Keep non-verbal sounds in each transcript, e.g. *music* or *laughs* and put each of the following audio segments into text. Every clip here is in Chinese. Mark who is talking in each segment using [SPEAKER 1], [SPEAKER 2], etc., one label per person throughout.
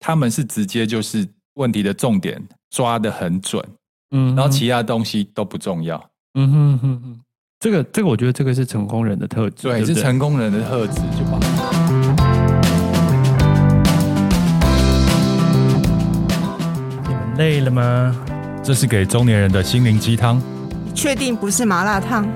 [SPEAKER 1] 他们是直接就是问题的重点抓得很准，
[SPEAKER 2] 嗯哼，
[SPEAKER 1] 然后其他东西都不重要。
[SPEAKER 2] 嗯哼哼哼，这个这个，我觉得这个是成功人的特质，对
[SPEAKER 1] 对，
[SPEAKER 2] 不对，
[SPEAKER 1] 是成功人的特质，就把。
[SPEAKER 2] 你们累了吗？
[SPEAKER 1] 这是给中年人的心灵鸡汤。
[SPEAKER 3] 确定不是麻辣烫？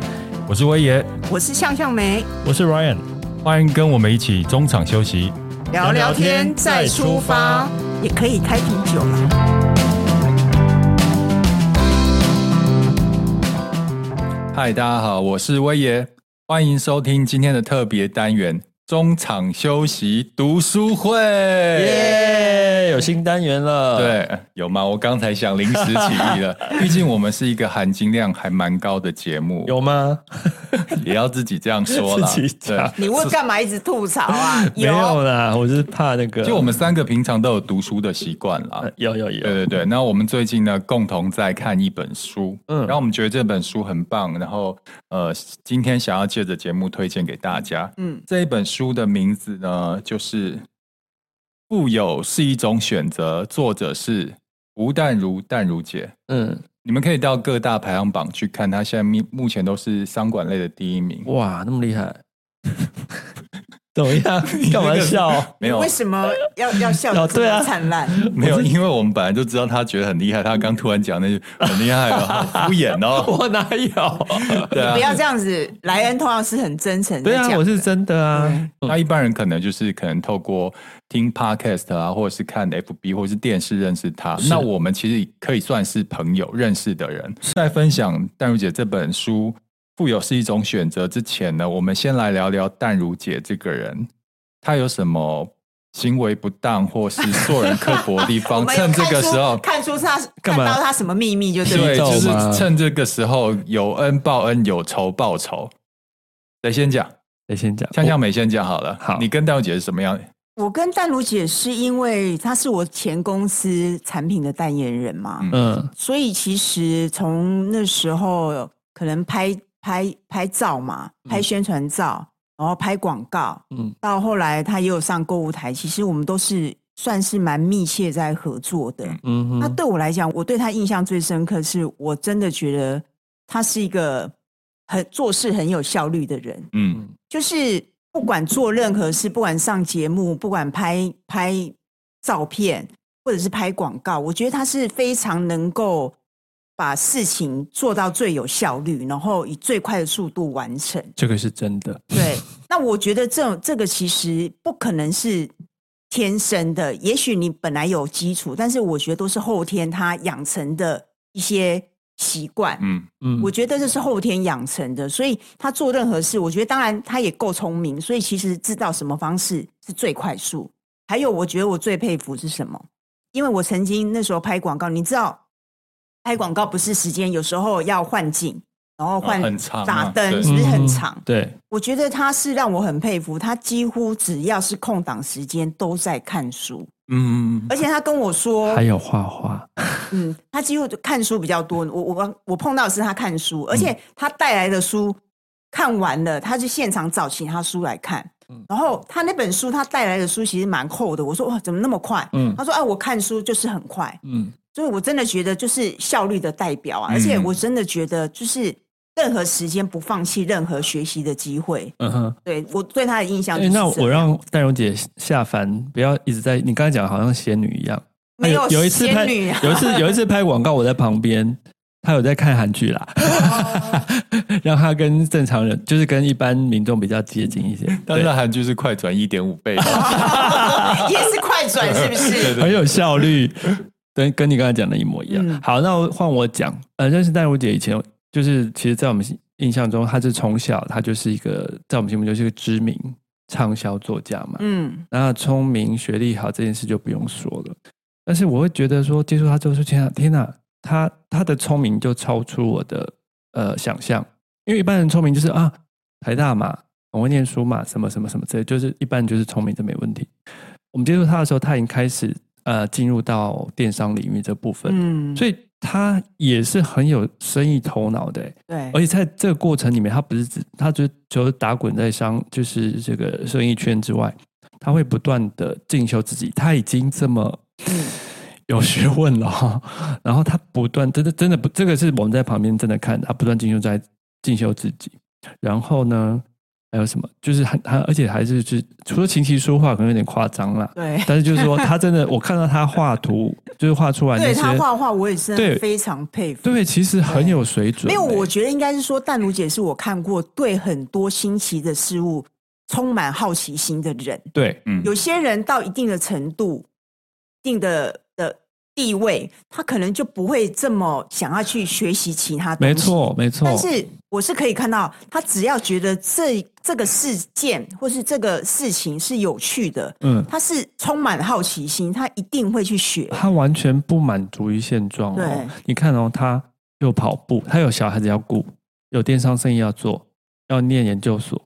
[SPEAKER 1] 我是威爷，
[SPEAKER 3] 我是向向梅，
[SPEAKER 2] 我是 Ryan，
[SPEAKER 1] 欢迎跟我们一起中场休息。
[SPEAKER 3] 聊聊天再出发，也可以开瓶酒了。
[SPEAKER 1] 嗨，大家好，我是威爷，欢迎收听今天的特别单元——中场休息读书会。
[SPEAKER 2] 耶，有新单元了，，
[SPEAKER 1] 对，有吗？我刚才想临时起意 *laughs* 了，毕竟我们是一个含金量还蛮高的节目，
[SPEAKER 2] 有吗？
[SPEAKER 1] 也要 *laughs* 自己这样说啦。
[SPEAKER 2] 自己讲
[SPEAKER 1] 对
[SPEAKER 3] 你问干嘛一直吐槽啊？
[SPEAKER 2] 没有啦，我是怕那个，
[SPEAKER 1] 就我们三个平常都有读书的习惯啦
[SPEAKER 2] 呃。有有有
[SPEAKER 1] 对，对对，那我们最近呢，共同在看一本书，
[SPEAKER 2] 嗯
[SPEAKER 1] 嗯，然后我们觉得这本书很棒，然后呃，今天想要借着节目推荐给大家。
[SPEAKER 3] 嗯，
[SPEAKER 1] 这一本书的名字呢，就是《富有是一种选择》，作者是吴淡如淡如姐。
[SPEAKER 2] 嗯，
[SPEAKER 1] 你们可以到各大排行榜去看，它现在目目前都是商管类的第一名。
[SPEAKER 2] 哇，那么厉害，怎么样？ *laughs* 干嘛笑？
[SPEAKER 1] 没有
[SPEAKER 3] 为，什么要要笑
[SPEAKER 2] 哦
[SPEAKER 3] 得
[SPEAKER 2] 对啊
[SPEAKER 3] 这么灿烂？
[SPEAKER 1] 没有，因为我们本来就知道他觉得很厉害，他刚突然讲那句很厉害哦，好敷衍
[SPEAKER 3] *laughs*
[SPEAKER 1] 哦，
[SPEAKER 2] *laughs* 我哪有？
[SPEAKER 1] 对啊
[SPEAKER 3] 不，要这样子，莱恩通常是很真诚
[SPEAKER 2] 对
[SPEAKER 3] 的
[SPEAKER 2] 啊，
[SPEAKER 3] 讲
[SPEAKER 2] 我。是真的啊，
[SPEAKER 1] 那一般人可能就是可能透过听 podcast 啊，或者是看 FB 或者是电视认识他。那我们其实可以算是朋友认识的人。在分享淡如姐这本书《富有是一种选择》之前呢，我们先来聊聊淡如姐这个人，她有什么行为不当或
[SPEAKER 3] *laughs*
[SPEAKER 1] 是做人刻薄的地
[SPEAKER 3] 我
[SPEAKER 1] 方？
[SPEAKER 3] 们有
[SPEAKER 1] 趁这个时候。
[SPEAKER 3] 看出看出他
[SPEAKER 2] 干
[SPEAKER 3] 看
[SPEAKER 2] 嘛
[SPEAKER 3] 到他什么秘密就对
[SPEAKER 1] 对，
[SPEAKER 3] 了。
[SPEAKER 2] 咒
[SPEAKER 1] 就是
[SPEAKER 2] 吗
[SPEAKER 1] 趁这个时候有恩报恩，有仇报仇。谁先讲？
[SPEAKER 2] 得哎先讲，
[SPEAKER 1] 向向美先讲好了。
[SPEAKER 2] 好
[SPEAKER 1] 你跟淡如姐是什么样？
[SPEAKER 3] 我跟淡如姐是因为她是我前公司产品的代言人嘛，
[SPEAKER 1] 嗯
[SPEAKER 2] 嗯
[SPEAKER 3] 所以其实从那时候可能拍拍拍照嘛，拍宣传照，然后拍广告，
[SPEAKER 2] 嗯
[SPEAKER 3] 到后来他也有上购物台，其实我们都是算是蛮密切在合作的。
[SPEAKER 1] 嗯
[SPEAKER 2] 嗯
[SPEAKER 3] 那
[SPEAKER 2] 哼，
[SPEAKER 3] 对我来讲，我对他印象最深刻是，我真的觉得他是一个很做事很有效率的人，
[SPEAKER 1] 嗯。
[SPEAKER 3] 就是不管做任何事，不管上节目，不管拍拍照片，或者是拍广告，我觉得他是非常能够把事情做到最有效率，然后以最快的速度完成。
[SPEAKER 2] 这个是真的，
[SPEAKER 3] 对，那我觉得这种这个其实不可能是天生的，也许你本来有基础，但是我觉得都是后天他养成的一些习惯。
[SPEAKER 1] 嗯
[SPEAKER 2] 嗯，
[SPEAKER 3] 我觉得这是后天养成的，所以他做任何事，我觉得当然他也够聪明，所以其实知道什么方式是最快速。还有，我觉得我最佩服是什么？因为我曾经那时候拍广告，你知道，拍广告不是时间，有时候要换景，然后哦换、
[SPEAKER 1] 啊很长啊
[SPEAKER 3] 打灯，
[SPEAKER 1] 对
[SPEAKER 3] 是不是很
[SPEAKER 2] 嗯
[SPEAKER 3] 长？
[SPEAKER 2] 对，
[SPEAKER 3] 我觉得他是让我很佩服，他几乎只要是空档时间都在看书，
[SPEAKER 1] 嗯，
[SPEAKER 3] 而且他跟我说
[SPEAKER 2] 还，有画画，
[SPEAKER 3] 嗯，他几乎看书比较多。我我我碰到的是他看
[SPEAKER 2] 嗯
[SPEAKER 3] 书，而且他带来的书看完了，他就现场找其他书来看。
[SPEAKER 2] 嗯
[SPEAKER 3] 然后他那本书，他带来的书其实蛮厚的。我说哇，怎么那么快？
[SPEAKER 2] 嗯
[SPEAKER 3] 他说啊，我看书就是很快。
[SPEAKER 2] 嗯
[SPEAKER 3] 所以我真的觉得就是效率的代表啊，
[SPEAKER 1] 嗯
[SPEAKER 3] 而且我真的觉得就是任何时间不放弃任何学习的机会。
[SPEAKER 2] 嗯哼。
[SPEAKER 3] 对我对他的印象
[SPEAKER 2] 哎、
[SPEAKER 3] 就是这
[SPEAKER 2] 那
[SPEAKER 3] 样、
[SPEAKER 2] 我让戴荣姐下凡，不要一直在你刚才讲，好像仙女一样。她
[SPEAKER 3] 没有
[SPEAKER 2] 有一次
[SPEAKER 3] 仙
[SPEAKER 2] 拍，
[SPEAKER 3] 女啊，
[SPEAKER 2] 有一
[SPEAKER 3] *laughs*
[SPEAKER 2] 次有一次拍广告，我在旁边，她有在看韩剧啦，
[SPEAKER 3] 哦
[SPEAKER 2] *laughs* 让她跟正常人，就是跟一般民众比较接近一些，
[SPEAKER 1] 但
[SPEAKER 3] 嗯
[SPEAKER 2] 对
[SPEAKER 1] 是，韩剧是快转一点五倍的，
[SPEAKER 3] 哦
[SPEAKER 2] *laughs*
[SPEAKER 3] 啊 *laughs* 也是快转，是不是？
[SPEAKER 2] 很有效率，跟跟你刚才讲的一模一样。
[SPEAKER 3] 嗯
[SPEAKER 2] 好，那我换我讲，呃，认识戴茹姐以前，就是其实，在我们印象中，她是从小她就是一个，在我们心目中就是一个知名畅销作家嘛，
[SPEAKER 3] 嗯，
[SPEAKER 2] 那聪明、学历好这件事就不用说了。但是我会觉得说，接触他之后说，天啊，天啊，他他的聪明就超出我的呃想象，因为一般人聪明就是啊，台大嘛，很会念书嘛，什么什么什么之类，就是一般人就是聪明，这没问题。我们接触他的时候，他已经开始呃进入到电商领域这部分，
[SPEAKER 3] 嗯，
[SPEAKER 2] 所以他也是很有生意头脑的欸、
[SPEAKER 3] 对
[SPEAKER 2] 而，且在这个过程里面，他不是只他就除了打滚在商，就是这个生意圈之外，他会不断的进修自己。他已经这么
[SPEAKER 3] 嗯
[SPEAKER 2] 有学问了 *laughs* 哈、然后他不断真的真的不，这个是我们在旁边真的看他不断进修在进修自己。然后呢，还有什么？就是还还而且还是就是除了琴棋书画可能有点夸张啦，
[SPEAKER 3] 对，
[SPEAKER 2] 但是就是说他真的，我看到他画图，就是画出来那
[SPEAKER 3] 对
[SPEAKER 2] 些
[SPEAKER 3] 他画画我也是
[SPEAKER 2] 对
[SPEAKER 3] 非常佩服。
[SPEAKER 2] 对，其实很有水准、
[SPEAKER 3] 没有，
[SPEAKER 2] 欸
[SPEAKER 3] 我觉得应该是说，淡如姐是我看过对很多新奇的事物充满好奇心的人。
[SPEAKER 2] 对
[SPEAKER 1] 嗯，
[SPEAKER 3] 有些人到一定的程度、一定的的地位，他可能就不会这么想要去学习其他东西。
[SPEAKER 2] 没。错没错
[SPEAKER 3] 但，是我是可以看到，他只要觉得这这个事件或是这个事情是有趣的，
[SPEAKER 2] 嗯，
[SPEAKER 3] 他是充满好奇心，他一定会去学。
[SPEAKER 2] 他完全不满足于现状哦
[SPEAKER 3] 对。
[SPEAKER 2] 你看哦，他又跑步，他有小孩子要顾，有电商生意要做，要念研究所、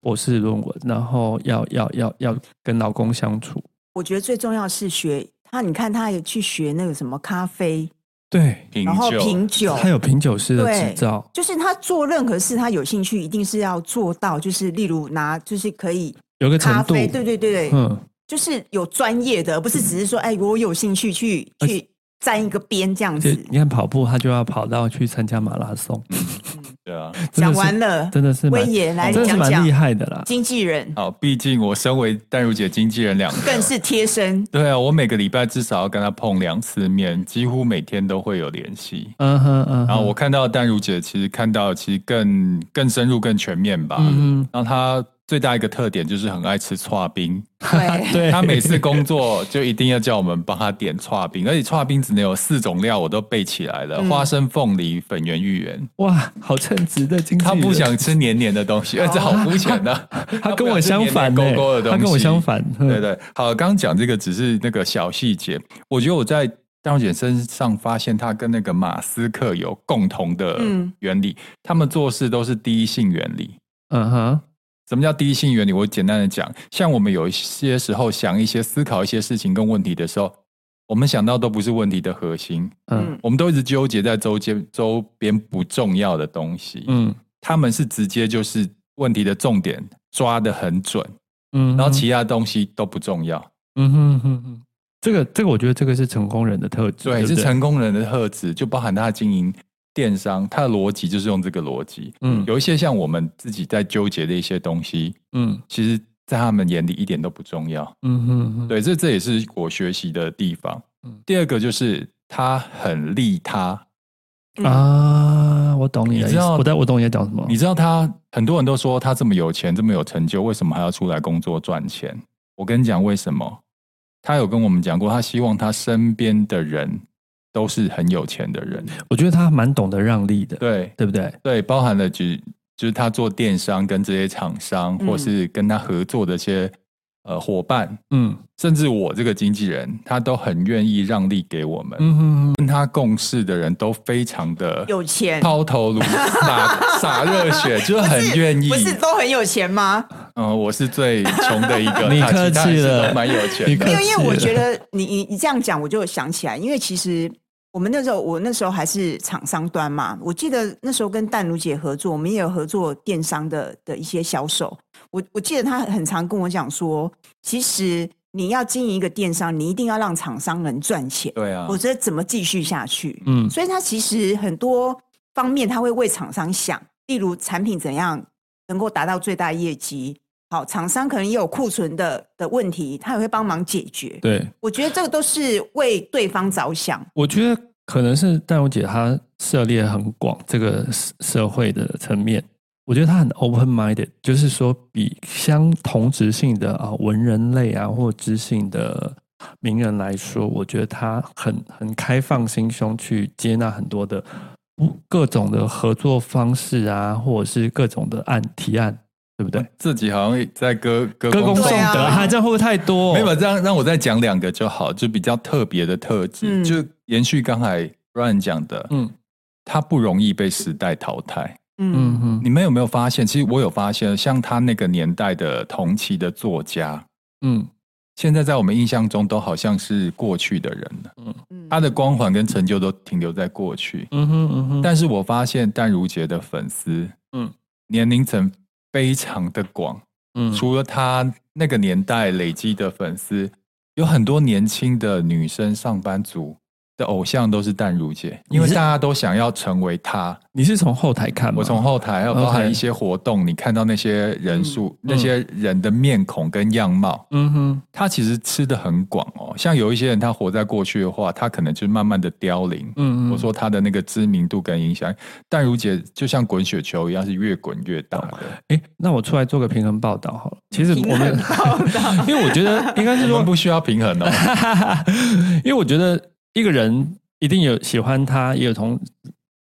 [SPEAKER 2] 博士论文，然后要要要要跟老公相处。
[SPEAKER 3] 我觉得最重要是学他，你看他也去学那个什么咖啡，
[SPEAKER 2] 对，
[SPEAKER 1] 品
[SPEAKER 3] 然后
[SPEAKER 1] 酒
[SPEAKER 3] 品酒，
[SPEAKER 2] 他有品酒师的执
[SPEAKER 3] 对
[SPEAKER 2] 照，
[SPEAKER 3] 就是他做任何事，他有兴趣，一定是要做到，就是例如拿，就是可以
[SPEAKER 2] 有个程
[SPEAKER 3] 咖
[SPEAKER 2] 度，
[SPEAKER 3] 啡，对对对对，
[SPEAKER 2] 嗯，
[SPEAKER 3] 就是有专业的，而不是只是说，哎，我有兴趣去
[SPEAKER 2] 而且
[SPEAKER 3] 去沾一个边这样
[SPEAKER 2] 就
[SPEAKER 3] 子。
[SPEAKER 2] 你看跑步，他就要跑到去参加马拉松，
[SPEAKER 1] 对啊。
[SPEAKER 2] 真的
[SPEAKER 3] 讲
[SPEAKER 2] 是
[SPEAKER 3] 完了，
[SPEAKER 2] 真的是蛮
[SPEAKER 3] 嗯威爷来
[SPEAKER 2] 真的是
[SPEAKER 3] 讲
[SPEAKER 2] 蛮厉
[SPEAKER 3] 讲
[SPEAKER 2] 害的啦。
[SPEAKER 3] 经纪
[SPEAKER 2] *laughs*
[SPEAKER 3] 人，
[SPEAKER 1] 好，毕竟我身为淡如姐经纪人两
[SPEAKER 3] 更
[SPEAKER 1] 年，
[SPEAKER 3] 是贴身。
[SPEAKER 1] 对啊，我每个礼拜至少要跟她碰两次面，几乎每天都会有联系。
[SPEAKER 2] 嗯哼嗯哼，
[SPEAKER 1] 然后我看到淡如姐，其实看到其实更更深入、更全面吧。
[SPEAKER 2] 嗯
[SPEAKER 1] 然后她最大一个特点就是很爱吃刨冰，
[SPEAKER 3] 对，
[SPEAKER 2] 对
[SPEAKER 1] 她每次工作就一定要叫我们帮她点刨
[SPEAKER 2] *laughs*
[SPEAKER 1] 冰，而且刨冰只能有四种料，我都备起来了：
[SPEAKER 3] 嗯
[SPEAKER 1] 花生、凤梨、粉圆、芋圆。
[SPEAKER 2] 哇，好称职的经纪人，
[SPEAKER 1] 她不想吃黏黏的东西， *laughs* 哎，这好肤浅的。
[SPEAKER 2] *laughs* 他哦跟我相反
[SPEAKER 1] 她
[SPEAKER 2] 呢、
[SPEAKER 1] 不想吃黏黏勾勾的东西
[SPEAKER 2] 他跟我相反，嗯
[SPEAKER 1] 对对，好，刚刚讲这个只是那个小细节，我觉得我在大小姐身上发现，她跟那个马斯克有共同的
[SPEAKER 3] 嗯
[SPEAKER 1] 原理，他们做事都是第一性原理。
[SPEAKER 2] 嗯哼，
[SPEAKER 1] 什么叫第一性原理？我简单的讲，像我们有一些时候想一些、思考一些事情跟问题的时候，我们想到都不是问题的核心，
[SPEAKER 2] *laughs* 嗯
[SPEAKER 3] 嗯，
[SPEAKER 1] 我们都一直纠结在周间周边不重要的东西。
[SPEAKER 2] 嗯
[SPEAKER 1] 他们是直接就是问题的重点抓得很准，
[SPEAKER 2] 嗯，
[SPEAKER 1] 然后其他东西都不重要。
[SPEAKER 2] 嗯哼哼哼，这个这个我觉得这个是成功人的特质，对
[SPEAKER 1] 对，
[SPEAKER 2] 不对，
[SPEAKER 1] 是成功人的特质，就包含他的经营电商，他的逻辑就是用这个逻辑。
[SPEAKER 2] 嗯
[SPEAKER 1] 有一些像我们自己在纠结的一些东西，
[SPEAKER 2] 嗯
[SPEAKER 1] 其实在他们眼里一点都不重要。
[SPEAKER 2] 嗯哼哼，
[SPEAKER 1] 对，这这也是我学习的地方
[SPEAKER 2] 嗯。
[SPEAKER 1] 第二个就是他很利他，
[SPEAKER 3] 嗯
[SPEAKER 2] 啊，我懂你的意
[SPEAKER 1] 你知
[SPEAKER 2] 思，
[SPEAKER 1] 道
[SPEAKER 2] 我在我懂你在讲什么，
[SPEAKER 1] 你知道他很多人都说他这么有钱，这么有成就，为什么还要出来工作赚钱？我跟你讲为什么？他有跟我们讲过，他希望他身边的人都是很有钱的人。
[SPEAKER 2] 我觉得他蛮懂得让利的，
[SPEAKER 1] 对，
[SPEAKER 2] 对不对？
[SPEAKER 1] 对，包含了就是就是他做电商跟这些厂商，
[SPEAKER 3] 嗯
[SPEAKER 1] 或是跟他合作的一些呃伙伴，
[SPEAKER 2] 嗯
[SPEAKER 1] 甚至我这个经纪人，他都很愿意让利给我们。
[SPEAKER 2] 嗯哼哼，
[SPEAKER 1] 跟他共事的人都非常的
[SPEAKER 3] 有钱，
[SPEAKER 1] 抛头颅洒洒热血，就是
[SPEAKER 3] 不是
[SPEAKER 1] 很愿意
[SPEAKER 3] 不。是都很有钱吗？
[SPEAKER 1] 嗯、我是最穷的一个，
[SPEAKER 2] 你
[SPEAKER 1] 他
[SPEAKER 2] 客
[SPEAKER 1] 其他人
[SPEAKER 2] 气
[SPEAKER 1] 是
[SPEAKER 2] 了
[SPEAKER 1] 都蛮有
[SPEAKER 2] 你
[SPEAKER 1] 钱
[SPEAKER 2] 客
[SPEAKER 1] 的
[SPEAKER 3] 因
[SPEAKER 2] 气。
[SPEAKER 3] 为因为我
[SPEAKER 2] 是
[SPEAKER 3] 觉得你你你这样讲，我就想起来，因为其实我们那时候我那时候还是厂商端嘛，我记得那时候跟淡如姐合作，我们也有合作电商的的一些销售。我我记得她很常跟我讲说，其实你要经营一个电商，你一定要让厂商能赚钱，
[SPEAKER 1] 对啊
[SPEAKER 3] 否，则怎么继续下去？
[SPEAKER 2] 嗯
[SPEAKER 3] 所以他其实很多方面他会为厂商想，例如产品怎样能够达到最大业绩。好，厂商可能也有库存的的问题，他也会帮忙解决。
[SPEAKER 2] 对，
[SPEAKER 3] 我觉得这个都是为对方着想。
[SPEAKER 2] 我觉得可能是戴荣姐她涉猎很广，这个社社会的层面，我觉得她很 open minded，就是说比相同质性的啊文人类啊或知性的名人来说，我觉得她很很开放心胸去接纳很多的不各种的合作方式啊，或者是各种的案提案，对不对？
[SPEAKER 1] 自己好像在歌歌
[SPEAKER 2] 歌功
[SPEAKER 1] 颂
[SPEAKER 2] 颂
[SPEAKER 3] 对啊
[SPEAKER 2] 德，哈、这样会不会太
[SPEAKER 3] 哦
[SPEAKER 2] 多？
[SPEAKER 1] 没有，这样让我再讲两个就好，就比较特别的特质，
[SPEAKER 3] 嗯
[SPEAKER 1] 就延续刚才 Ryan 讲的，
[SPEAKER 2] 嗯
[SPEAKER 1] 他不容易被时代淘汰。
[SPEAKER 3] 嗯
[SPEAKER 2] 嗯嗯
[SPEAKER 1] 你们有没有发现？其实我有发现，像他那个年代的同期的作家，
[SPEAKER 2] 嗯
[SPEAKER 1] 现在在我们印象中都好像是过去的人了，
[SPEAKER 3] 嗯
[SPEAKER 1] 他的光环跟成就都停留在过去。
[SPEAKER 2] 嗯哼嗯哼，
[SPEAKER 1] 但是我发现淡如姐的粉丝，
[SPEAKER 2] 嗯
[SPEAKER 1] 嗯，年龄层非常的广，
[SPEAKER 2] 嗯
[SPEAKER 1] 除了他那个年代累积的粉丝，有很多年轻的女生上班族的偶像都是淡如姐，因为
[SPEAKER 2] 你是嗯
[SPEAKER 1] 大家都想要成为她。
[SPEAKER 2] 你是从后台看吗？
[SPEAKER 1] 我从后台，还有
[SPEAKER 2] OK
[SPEAKER 1] 包含一些活动你看到那些人数、
[SPEAKER 2] 嗯
[SPEAKER 1] 那些人的面孔跟样貌，
[SPEAKER 2] 嗯哼，
[SPEAKER 1] 她其实吃的很广哦。像有一些人，他活在过去的话，他可能就慢慢的凋零。
[SPEAKER 2] 嗯嗯，
[SPEAKER 1] 我说她的那个知名度跟影响，淡如姐就像滚雪球一样，是越滚越大的。
[SPEAKER 2] 哎，那我出来做个评论报道好了。其实我们
[SPEAKER 3] 评论报
[SPEAKER 1] *laughs*
[SPEAKER 2] *laughs*
[SPEAKER 3] 道，
[SPEAKER 2] 因为我觉得应该是
[SPEAKER 1] 我
[SPEAKER 2] 说
[SPEAKER 1] 们，不需要平衡哦。
[SPEAKER 2] *laughs* 因为我觉得一个人一定有喜欢他，也有同，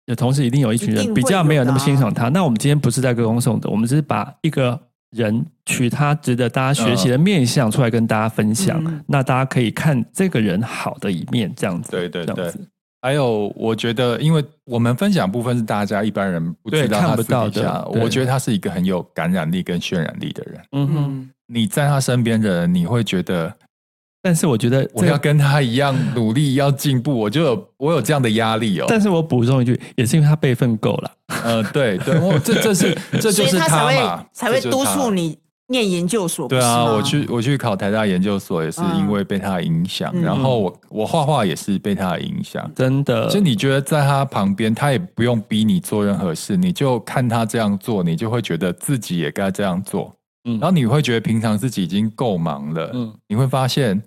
[SPEAKER 2] 有同时一定有一群
[SPEAKER 3] 一定
[SPEAKER 2] 人
[SPEAKER 3] 会
[SPEAKER 2] 比较没有那么
[SPEAKER 3] 有的啊
[SPEAKER 2] 欣赏他。那我们今天不是在歌功颂德，我们只是把一个人取他值得大家学习的面相出来跟大家分享。
[SPEAKER 3] 嗯
[SPEAKER 2] 那大家可以看这个人好的一面，这样子。
[SPEAKER 1] 对对
[SPEAKER 2] 这样
[SPEAKER 1] 对
[SPEAKER 2] 子
[SPEAKER 1] 还有，我觉得，因为我们分享部分是大家一般人不知
[SPEAKER 2] 对
[SPEAKER 1] 道
[SPEAKER 2] 看
[SPEAKER 1] 他
[SPEAKER 2] 不
[SPEAKER 1] 私底
[SPEAKER 2] 到的
[SPEAKER 1] 下
[SPEAKER 2] 对
[SPEAKER 1] 我觉得他是一个很有感染力跟渲染力的人。
[SPEAKER 2] 嗯哼。
[SPEAKER 3] 嗯，
[SPEAKER 1] 你在他身边的人，你会觉得
[SPEAKER 2] 但是我觉得
[SPEAKER 1] 我
[SPEAKER 2] 这
[SPEAKER 1] 要
[SPEAKER 2] 个，
[SPEAKER 1] 跟他一样努力，要进步，我就有我有这样的压力哦。
[SPEAKER 2] 但是我补充一句，也是因为他辈分够了。
[SPEAKER 1] 呃，对对，我这这
[SPEAKER 3] *laughs*
[SPEAKER 1] 是这
[SPEAKER 3] 所
[SPEAKER 1] 就
[SPEAKER 3] 以
[SPEAKER 1] 是
[SPEAKER 3] 他才
[SPEAKER 1] 嘛
[SPEAKER 3] 会，才会
[SPEAKER 1] 这就是
[SPEAKER 3] 督
[SPEAKER 1] 他
[SPEAKER 3] 促。你念研究所，
[SPEAKER 1] 对
[SPEAKER 3] 不
[SPEAKER 1] 啊，
[SPEAKER 3] 是吗
[SPEAKER 1] 我去我去考台大研究所也是
[SPEAKER 3] 嗯
[SPEAKER 1] 因为被他影响，
[SPEAKER 3] 嗯
[SPEAKER 1] 然后我我画画也是被他影响，
[SPEAKER 2] 真的，
[SPEAKER 1] 就你觉得在他旁边，他也不用逼你做任何事，你就看他这样做，你就会觉得自己也该这样做。
[SPEAKER 2] 嗯
[SPEAKER 1] 然后你会觉得平常自己已经够忙了，
[SPEAKER 2] 嗯
[SPEAKER 1] 你会发现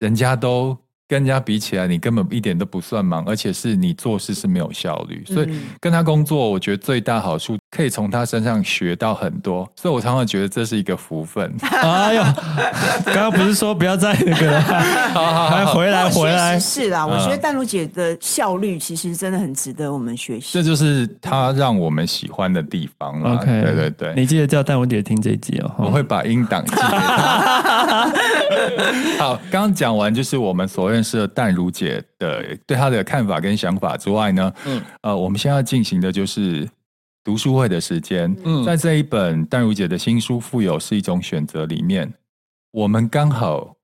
[SPEAKER 1] 人家都跟人家比起来，你根本一点都不算忙，而且是你做事是没有效率。所以
[SPEAKER 3] 嗯
[SPEAKER 1] 跟他工作，我觉得最大好处可以从他身上学到很多。所以我常常觉得这是一个福
[SPEAKER 2] *laughs*
[SPEAKER 1] 分。
[SPEAKER 2] 哎呦，刚刚不是说不要再那个了，还回来回来
[SPEAKER 3] 确，实是啦，我
[SPEAKER 1] 嗯
[SPEAKER 3] 觉得淡如姐的效率其实真的很值得我们学习
[SPEAKER 1] 这。就是他让我们喜欢的地方了。
[SPEAKER 2] OK，
[SPEAKER 1] 对对对，
[SPEAKER 2] 你记得叫戴文姐听这一集哦。
[SPEAKER 1] 我会把音档寄给他。 *laughs* 好，刚刚讲完就是我们所认识的淡如姐的对她的看法跟想法之外呢，
[SPEAKER 2] 嗯
[SPEAKER 1] 嗯，呃，我们现在进行的就是读书会的时间。
[SPEAKER 2] 嗯
[SPEAKER 1] 在这一本淡如姐的新书《富有是一种选择》里面，我们刚好，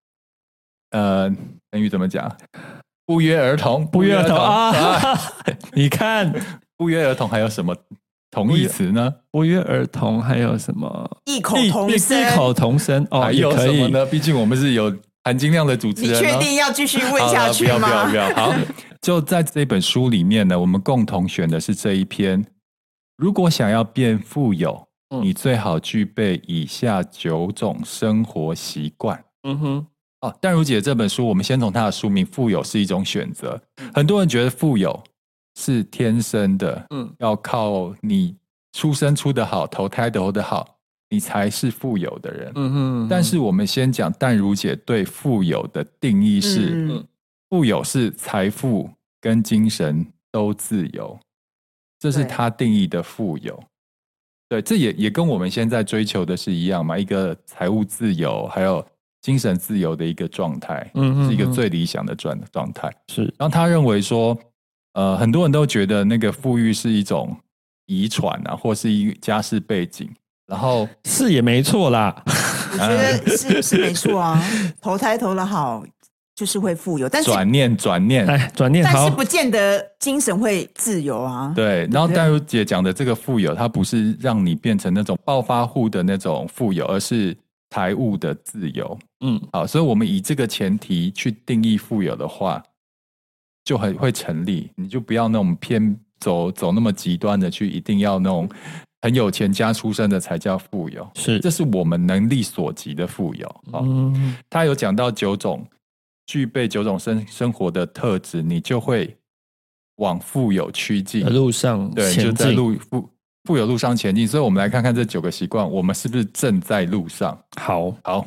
[SPEAKER 1] 呃，等于怎么讲？不约而同，
[SPEAKER 2] 不约而同
[SPEAKER 1] 啊
[SPEAKER 2] 啊！ *laughs* 你看，
[SPEAKER 1] 不约而同还有什么同义词呢？
[SPEAKER 2] 不约而同还有什么
[SPEAKER 3] 异口
[SPEAKER 2] 异
[SPEAKER 3] 同声，
[SPEAKER 2] 异口同声哦，
[SPEAKER 1] 还
[SPEAKER 2] 也
[SPEAKER 1] 有
[SPEAKER 2] 可
[SPEAKER 1] 什么
[SPEAKER 2] 以。
[SPEAKER 1] 呢？毕竟我们是有含金量的主持
[SPEAKER 3] 你
[SPEAKER 1] 人、哦。
[SPEAKER 3] 确定要继续 *laughs* 问下去
[SPEAKER 1] 好了不要
[SPEAKER 3] 吗
[SPEAKER 1] 不？要不要！ *laughs* 好，就在这本书里面呢，我们共同选的是这一篇。如果想要变富有，
[SPEAKER 2] 嗯
[SPEAKER 1] 你最好具备以下九种生活习惯。
[SPEAKER 2] 嗯哼，
[SPEAKER 1] 哦，淡如姐这本书，我们先从她的书名《富有是一种选择》。很多人觉得富有是天生的，
[SPEAKER 2] 嗯
[SPEAKER 1] 要靠你出生出的好，投胎投的好，你才是富有的人。
[SPEAKER 2] 嗯哼，
[SPEAKER 1] 但是我们先讲淡如姐对富有的定义是。
[SPEAKER 3] 嗯
[SPEAKER 1] 富有是财富跟精神都自由，这是
[SPEAKER 3] 对
[SPEAKER 1] 他定义的富有。对，这也也跟我们现在追求的是一样嘛，一个财务自由，还有精神自由的一个状态，
[SPEAKER 2] 嗯哼
[SPEAKER 1] 是一个
[SPEAKER 2] 嗯
[SPEAKER 1] 最理想的状状态。
[SPEAKER 2] 是
[SPEAKER 1] 然后他认为说，呃，很多人都觉得那个富裕是一种遗传啊，或是一家世背景。然后
[SPEAKER 2] 是也没错啦。
[SPEAKER 3] 我觉
[SPEAKER 1] 嗯
[SPEAKER 3] 得是是没错啊，投胎投的好就是会富有，但是
[SPEAKER 1] 转念转念，
[SPEAKER 2] 哎，转念
[SPEAKER 3] 但
[SPEAKER 2] 好
[SPEAKER 3] 是，不见得精神会自由 *laughs* 啊。
[SPEAKER 1] 对，然后戴茹姐讲的这个富有，它不是让你变成那种暴发户的那种富有，而是财务的自由。
[SPEAKER 2] 嗯，
[SPEAKER 1] 好，所以我们以这个前提去定义富有的话，就很会成立。你就不要那种偏走走那么极端的去，一定要那种很有钱家出身的才叫富有，
[SPEAKER 2] 是
[SPEAKER 1] 这是我们能力所及的富有。好，
[SPEAKER 2] 嗯
[SPEAKER 1] 他有讲到九种具备九种生生活的特质，你就会往富有趋近
[SPEAKER 2] 的。路上
[SPEAKER 1] 对，就
[SPEAKER 2] 前
[SPEAKER 1] 在
[SPEAKER 2] 进，
[SPEAKER 1] 路富富有路上前进。所以，我们来看看这九个习惯，我们是不是正在路上？
[SPEAKER 2] 好，
[SPEAKER 1] 好，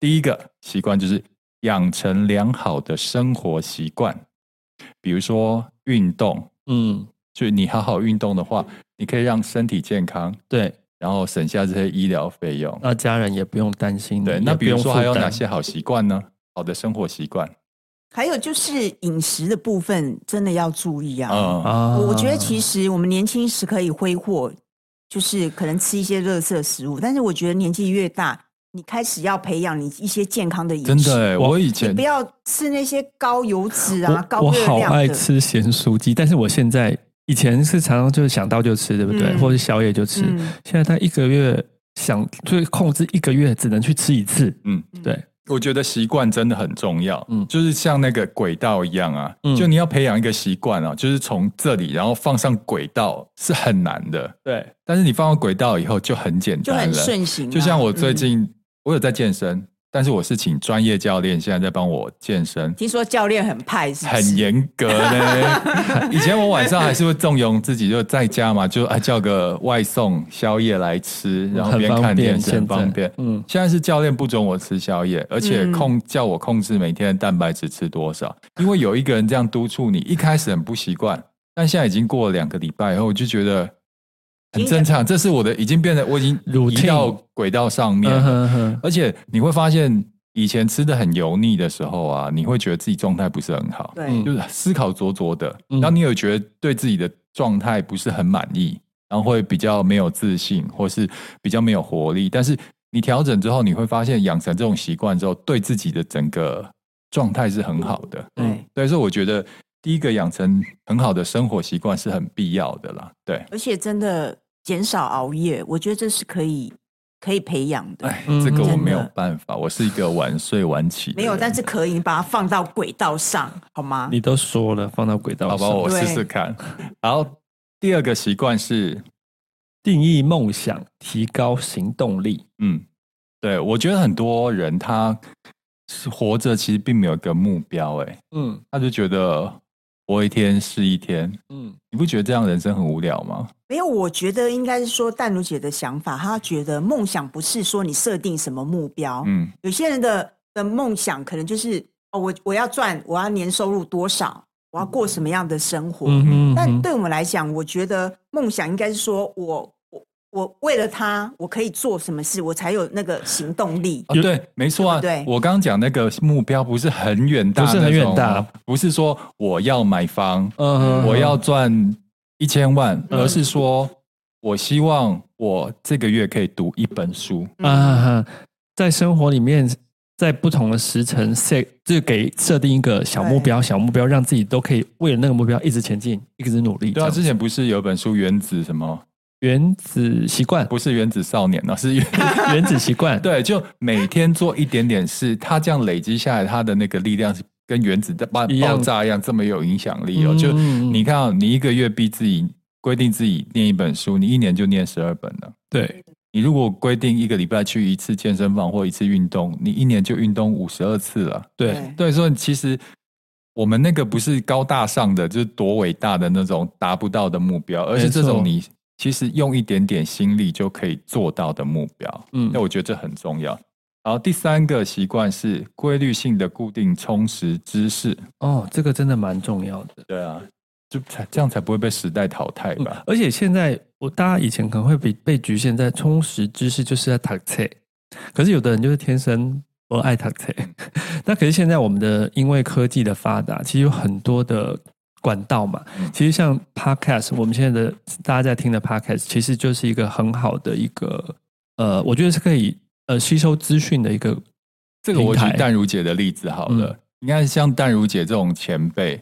[SPEAKER 1] 第一个习惯就是养成良好的生活习惯，比如说运动，
[SPEAKER 2] 嗯，
[SPEAKER 1] 就你好好运动的话，你可以让身体健康，
[SPEAKER 2] 对，
[SPEAKER 1] 然后省下这些医疗费用。
[SPEAKER 2] 那家人也不用担心，
[SPEAKER 1] 对，
[SPEAKER 2] 嗯也
[SPEAKER 1] 那
[SPEAKER 2] 不
[SPEAKER 1] 比如
[SPEAKER 2] 用
[SPEAKER 1] 说
[SPEAKER 2] 负
[SPEAKER 1] 还有哪
[SPEAKER 2] 担
[SPEAKER 1] 些好习惯呢？好的生活习惯，
[SPEAKER 3] 还有就是饮食的部分真的要注意啊。
[SPEAKER 1] 嗯，
[SPEAKER 2] 啊？
[SPEAKER 3] 我我觉得其实我们年轻时可以挥霍，就是可能吃一些热色食物，但是我觉得年纪越大，你开始要培养你一些健康的饮
[SPEAKER 1] 真
[SPEAKER 3] 食，
[SPEAKER 1] 的欸，
[SPEAKER 2] 我
[SPEAKER 1] 我以
[SPEAKER 3] 你
[SPEAKER 1] 前
[SPEAKER 3] 不要吃那些高油脂啊、
[SPEAKER 2] 我
[SPEAKER 3] 高
[SPEAKER 2] 我
[SPEAKER 3] 热
[SPEAKER 2] 好
[SPEAKER 3] 量
[SPEAKER 2] 爱
[SPEAKER 3] 的。
[SPEAKER 2] 吃咸酥鸡，但是我现在以前是常常就是想到就吃，对不对？
[SPEAKER 3] 嗯
[SPEAKER 2] 或者宵夜就吃。
[SPEAKER 3] 嗯
[SPEAKER 2] 现在他一个月想就是控制一个月只能去吃一次，
[SPEAKER 1] 嗯，
[SPEAKER 2] 对，
[SPEAKER 1] 我觉得习惯真的很重要，
[SPEAKER 2] 嗯
[SPEAKER 1] 嗯，就是像那个轨道一样啊，
[SPEAKER 2] 嗯
[SPEAKER 1] 就你要培养一个习惯啊，就是从这里然后放上轨道是很难的，
[SPEAKER 2] 对，
[SPEAKER 1] 但是你放到轨道以后就很简
[SPEAKER 3] 就
[SPEAKER 1] 单
[SPEAKER 3] 很
[SPEAKER 1] 了，
[SPEAKER 3] 顺行啊、
[SPEAKER 1] 就像我最
[SPEAKER 3] 嗯、
[SPEAKER 1] 近、我有在健身，但是我是请专业教练现在在帮我健身，
[SPEAKER 3] 听说教练很派是不是，
[SPEAKER 1] 很严格
[SPEAKER 3] *laughs*
[SPEAKER 1] 呢。以前我晚上还是会纵容自己，就在家嘛，就啊叫个外送宵夜来吃，然后边
[SPEAKER 2] 很方
[SPEAKER 1] 看
[SPEAKER 2] 便
[SPEAKER 1] 电视，很
[SPEAKER 2] 现在
[SPEAKER 1] 方便。
[SPEAKER 2] 嗯，
[SPEAKER 1] 现在是教练不准我吃宵夜，而且
[SPEAKER 3] 嗯
[SPEAKER 1] 控、叫我控制每天的蛋白质吃多少，因为有一个人这样督促你，一开始很不习惯，但现在已经过了两个礼拜以后，我就觉得很正常，这是我的已经变得我已经
[SPEAKER 2] Routine
[SPEAKER 1] 移到轨道上面
[SPEAKER 2] 嗯
[SPEAKER 1] 了，
[SPEAKER 2] 哼哼，
[SPEAKER 1] 而且你会发现以前吃的很油腻的时候啊，你会觉得自己状态不是很好，
[SPEAKER 3] 对。
[SPEAKER 2] 嗯
[SPEAKER 1] 就是思考灼灼的，
[SPEAKER 2] 嗯
[SPEAKER 1] 然后你有觉得对自己的状态不是很满意，然后会比较没有自信，或是比较没有活力。但是你调整之后，你会发现养成这种习惯之后，对自己的整个状态是很好的。
[SPEAKER 3] 对
[SPEAKER 2] 嗯
[SPEAKER 1] 对，所以我觉得第一个养成很好的生活习惯是很必要的啦。对，
[SPEAKER 3] 而且真的减少熬夜，我觉得这是可以可以培养的。
[SPEAKER 1] 哎，
[SPEAKER 2] 嗯
[SPEAKER 1] 这个我没有
[SPEAKER 3] 真的
[SPEAKER 1] 办法，我是一个晚睡晚起的
[SPEAKER 3] 没有，
[SPEAKER 1] 人
[SPEAKER 3] 但是可以，你把它放到轨道上，好吗？
[SPEAKER 2] 你都说了，放到轨道
[SPEAKER 1] 好
[SPEAKER 2] 上，
[SPEAKER 1] 吧，我
[SPEAKER 3] 对
[SPEAKER 1] 试试看。然后第二个习惯是
[SPEAKER 2] 定义梦想，提高行动力。
[SPEAKER 1] 嗯，对，我觉得很多人他是活着其实并没有一个目标，哎，
[SPEAKER 2] 嗯
[SPEAKER 1] 他就觉得活一天是一天。
[SPEAKER 2] 嗯，
[SPEAKER 1] 你不觉得这样人生很无聊吗？
[SPEAKER 3] 没有，我觉得应该是说淡如姐的想法，她觉得梦想不是说你设定什么目
[SPEAKER 2] 哦
[SPEAKER 3] 标，
[SPEAKER 1] 嗯，
[SPEAKER 3] 有些人的的梦想可能就是哦，我我要赚，我要年收入多少，我要
[SPEAKER 1] 嗯
[SPEAKER 3] 过什么样的生活。
[SPEAKER 2] 嗯哼，
[SPEAKER 3] 但
[SPEAKER 2] 嗯哼
[SPEAKER 3] 对我们来讲，我觉得梦想应该是说我我我为了他，我可以做什么事，我才有那个行动力。
[SPEAKER 1] 啊，对，没错啊。
[SPEAKER 3] 对不对
[SPEAKER 1] 我刚刚讲那个目标不是很远大
[SPEAKER 2] 不
[SPEAKER 1] 那
[SPEAKER 2] 是
[SPEAKER 1] 种哦，
[SPEAKER 2] 很远大
[SPEAKER 1] 不是说我要买房，
[SPEAKER 2] 嗯
[SPEAKER 1] 我要赚一千万，
[SPEAKER 3] 嗯
[SPEAKER 1] 而是说我希望我这个月可以读一本书。
[SPEAKER 3] 嗯
[SPEAKER 2] 啊，在生活里面，在不同的时辰设，就给设定一个小目标，小目标让自己都可以为了那个目标一直前进，一直努力。
[SPEAKER 1] 对啊，
[SPEAKER 2] 这
[SPEAKER 1] 之
[SPEAKER 2] 样
[SPEAKER 1] 前不是有本书《原子》什么？
[SPEAKER 2] 原子习惯，
[SPEAKER 1] 不是《原子少年》啊，是原
[SPEAKER 2] 原子习惯，
[SPEAKER 1] *laughs* 对，就每天做一点点事，它这样累积下来，它的那个力量是跟原子弹爆
[SPEAKER 2] 一样
[SPEAKER 1] 爆炸一样，这么有影响力哦。
[SPEAKER 2] 嗯
[SPEAKER 1] 就
[SPEAKER 2] 嗯嗯
[SPEAKER 1] 你看、哦，你一个月逼自己规定自己念一本书，你一年就念十二本了。
[SPEAKER 2] 对，
[SPEAKER 1] 你如果规定一个礼拜去一次健身房或一次运动，你一年就运动五十二次了。
[SPEAKER 2] 对，
[SPEAKER 1] 对，所以其实我们那个不是高大上的，就是多伟大的那种达不到的目标，而是这
[SPEAKER 2] 没错
[SPEAKER 1] 种你其实用一点点心力就可以做到的目标。
[SPEAKER 2] 嗯
[SPEAKER 1] 那我觉得这很重要。然后第三个习惯是规律性的固定充实知识。
[SPEAKER 2] 哦，这个真的蛮重要的。
[SPEAKER 1] 对啊，就才这样才不会被时代淘汰吧？
[SPEAKER 2] 嗯而且现在我大家以前可能会被被局限在充实知识，就是在读册，可是有的人就是天生不爱读册。
[SPEAKER 1] 嗯
[SPEAKER 2] *laughs* 那可是现在我们的因为科技的发达，其实有很多的管道嘛。
[SPEAKER 1] 嗯
[SPEAKER 2] 其实像 podcast，我们现在的大家在听的 podcast，其实就是一个很好的一个呃，我觉得是可以呃吸收资讯的一个
[SPEAKER 1] 这个我举
[SPEAKER 2] 平台
[SPEAKER 1] 淡如姐的例子好了
[SPEAKER 2] 嗯。
[SPEAKER 1] 你看，像淡如姐这种前辈，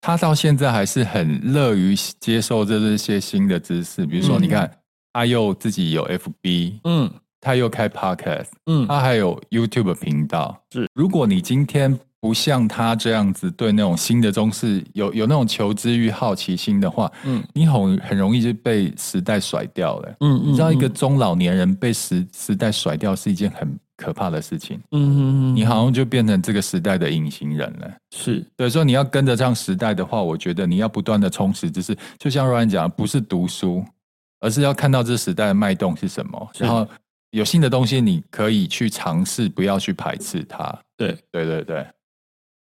[SPEAKER 1] 她到现在还是很乐于接受这些新的知识。比如说，
[SPEAKER 3] 嗯
[SPEAKER 1] 你看，她又自己有 FB，
[SPEAKER 2] 嗯
[SPEAKER 1] 她又开 Podcast，
[SPEAKER 2] 嗯
[SPEAKER 1] 他还有 YouTube 频道。
[SPEAKER 2] 是，
[SPEAKER 1] 如果你今天不像他这样子对那种新的中式有有那种求知欲、好奇心的话，
[SPEAKER 2] 嗯
[SPEAKER 1] 你很很容易就被时代甩掉了。
[SPEAKER 2] 嗯，
[SPEAKER 1] 你知道，一个中老年人被时时代甩掉是一件很可怕的事情，
[SPEAKER 2] 嗯嗯嗯
[SPEAKER 1] 你好像就变成这个时代的隐形人了。
[SPEAKER 2] 是
[SPEAKER 1] 对，所以你要跟着这样时代的话，我觉得你要不断的充实知识，就像 Ryan 讲的，不是读书，而是要看到这时代的脉动是什么，
[SPEAKER 2] 是
[SPEAKER 1] 然后有新的东西你可以去尝试，不要去排斥它。
[SPEAKER 2] 对。
[SPEAKER 1] 对对对，
[SPEAKER 2] 然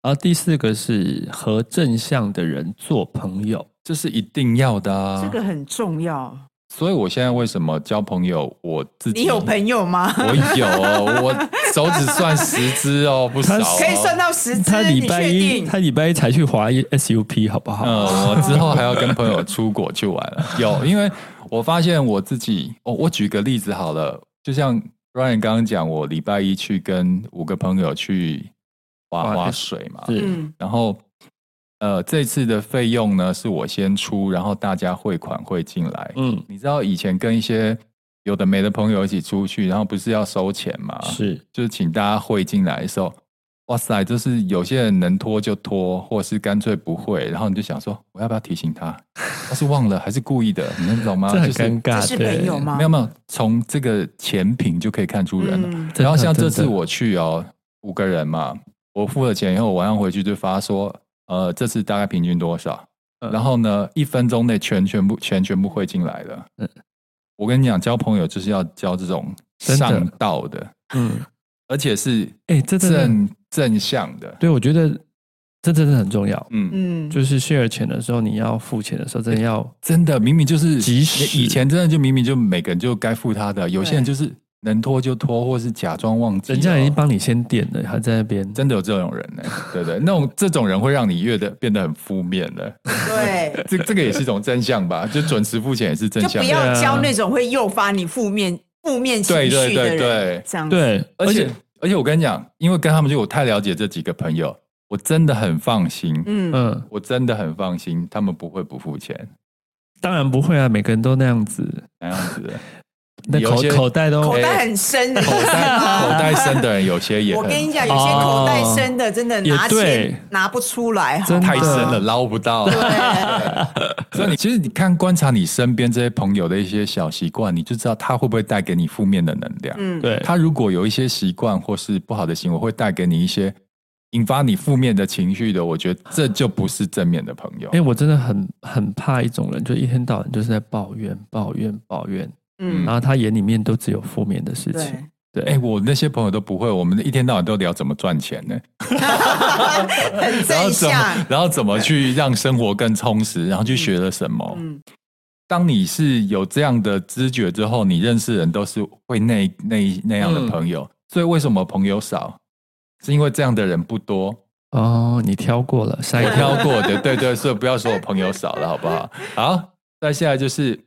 [SPEAKER 2] 后啊第四个是和正向的人做朋友。
[SPEAKER 1] 这是一定要的、啊。
[SPEAKER 3] 嗯这个很重要。
[SPEAKER 1] 所以我现在为什么交朋友，我自己
[SPEAKER 3] 你有朋友吗？
[SPEAKER 1] 我有哦，我手指算十只哦，不少、
[SPEAKER 2] 他
[SPEAKER 1] 哦。
[SPEAKER 3] 可以算到十只，
[SPEAKER 2] 他
[SPEAKER 3] 你
[SPEAKER 2] 礼拜
[SPEAKER 3] 确
[SPEAKER 2] 一，
[SPEAKER 3] 定？
[SPEAKER 2] 他礼拜一才去华一 SUP，好不好？
[SPEAKER 1] 嗯，我之后还要跟朋友出国去玩了。有，因为我发现我自己，哦，我举个例子好了，就像 Ryan 刚刚讲，我礼拜一去跟五个朋友去
[SPEAKER 2] 哇
[SPEAKER 1] 划划水嘛，
[SPEAKER 2] 是
[SPEAKER 3] 嗯，
[SPEAKER 1] 然后呃，这次的费用呢是我先出，然后大家汇款汇进来。
[SPEAKER 2] 嗯
[SPEAKER 1] 你知道以前跟一些有的没的朋友一起出去，然后不是要收钱嘛？
[SPEAKER 4] 是
[SPEAKER 1] 就是请大家汇进来的时候，哇塞，就是有些人能拖就拖，或是干脆不会，然后你就想说，我要不要提醒他？他是忘了还是故意的？你能懂吗？
[SPEAKER 2] 这很
[SPEAKER 1] 啊就是
[SPEAKER 2] 尴尬，
[SPEAKER 3] 这是
[SPEAKER 2] 对
[SPEAKER 3] 朋友吗
[SPEAKER 1] 没有没有，从这个前品就可以看出人了。
[SPEAKER 3] 嗯，
[SPEAKER 2] 真的
[SPEAKER 1] 然后像这次
[SPEAKER 2] 真的
[SPEAKER 1] 我去哦，五个人嘛，我付了钱以后，晚上回去就发说，呃，这次大概平均多少？
[SPEAKER 2] 嗯
[SPEAKER 1] 然后呢，一分钟内全全部钱全部汇进来了。
[SPEAKER 2] 嗯
[SPEAKER 1] 我跟你讲，交朋友就是要交这种
[SPEAKER 2] 真的
[SPEAKER 1] 上道的，
[SPEAKER 2] 嗯，
[SPEAKER 1] 而且是
[SPEAKER 2] 哎，这真的，
[SPEAKER 1] 正正向的。
[SPEAKER 2] 对我觉得这真的很重要。
[SPEAKER 1] 嗯，
[SPEAKER 3] 嗯，
[SPEAKER 2] 就是 share 钱的时候，你要付钱的时候，真的要
[SPEAKER 1] 真的明明就是
[SPEAKER 2] 及时
[SPEAKER 1] 以前真的就明明就每个人就该付他的，有些人就是能拖就拖，或是假装忘记了。
[SPEAKER 2] 人家已经帮你先点了，还在那边。
[SPEAKER 1] 真的有这种人呢、 *laughs* 对不对？那种这种人会让你越的变得很负面的，
[SPEAKER 2] *laughs*
[SPEAKER 3] 对，
[SPEAKER 1] 这这个也是一种真相吧？ *laughs* 就准时付钱也是真
[SPEAKER 3] 就
[SPEAKER 1] 相
[SPEAKER 3] 不，要
[SPEAKER 2] 对啊
[SPEAKER 3] 交那种会诱发你负面负面情
[SPEAKER 1] 对对
[SPEAKER 3] 绪的
[SPEAKER 1] 对
[SPEAKER 3] 人，
[SPEAKER 1] 对
[SPEAKER 3] 这样子
[SPEAKER 2] 对，
[SPEAKER 1] 而且而且我跟你讲，因为跟他们就我太了解这几个朋友，我真的很放心，
[SPEAKER 3] 嗯，
[SPEAKER 2] 嗯，
[SPEAKER 1] 我真的很放心，他们不会不付钱
[SPEAKER 2] 当然不会啊，每个人都那样子，
[SPEAKER 1] 那样子的。
[SPEAKER 2] 那
[SPEAKER 1] 有
[SPEAKER 2] 口
[SPEAKER 1] 些哎
[SPEAKER 2] 口袋都
[SPEAKER 3] 口袋很深
[SPEAKER 2] 哦
[SPEAKER 3] 的，
[SPEAKER 1] 口袋口袋深的人有些也
[SPEAKER 3] 我
[SPEAKER 1] 很
[SPEAKER 3] 跟你讲，有些口袋深的真的
[SPEAKER 2] 也
[SPEAKER 3] 拿
[SPEAKER 2] 对
[SPEAKER 3] 钱拿不出来，好吗
[SPEAKER 1] 太深了，。捞不到。*laughs*
[SPEAKER 3] 对，
[SPEAKER 1] 所以你其实你看观察你身边这些朋友的一些小习惯，你就知道他会不会带给你负面的能量。
[SPEAKER 2] *laughs*
[SPEAKER 3] 嗯，
[SPEAKER 2] 对，
[SPEAKER 1] 他如果有一些习惯或是不好的行为，会带给你一些引发你负面的情绪的，我觉得这就不是正面的朋友
[SPEAKER 2] 哎、。我真的很很怕一种人，就一天到晚就是在抱怨、抱怨、抱怨，
[SPEAKER 3] 嗯
[SPEAKER 2] 然，后他眼里面都只有负面的事 *laughs* 情。对，
[SPEAKER 3] 对，
[SPEAKER 1] 哎、我那些朋友都不会，我们一天到晚都聊怎么赚钱呢、
[SPEAKER 3] *laughs* 很
[SPEAKER 1] 然后
[SPEAKER 3] 正
[SPEAKER 1] 怎
[SPEAKER 3] 向
[SPEAKER 1] 么，，然后怎么去让生活更充实，然后去学了什么。
[SPEAKER 3] 嗯，
[SPEAKER 1] 当你是有这样的知觉之后，你认识人都是会那那那样
[SPEAKER 2] 嗯
[SPEAKER 1] 的朋友，所以为什么朋友少？是因为这样的人不多，
[SPEAKER 2] 哦，你挑过了，下一
[SPEAKER 1] 我
[SPEAKER 2] 个
[SPEAKER 1] 挑过的，对对，所以不要说我朋友少了，好不好？好，再下来就是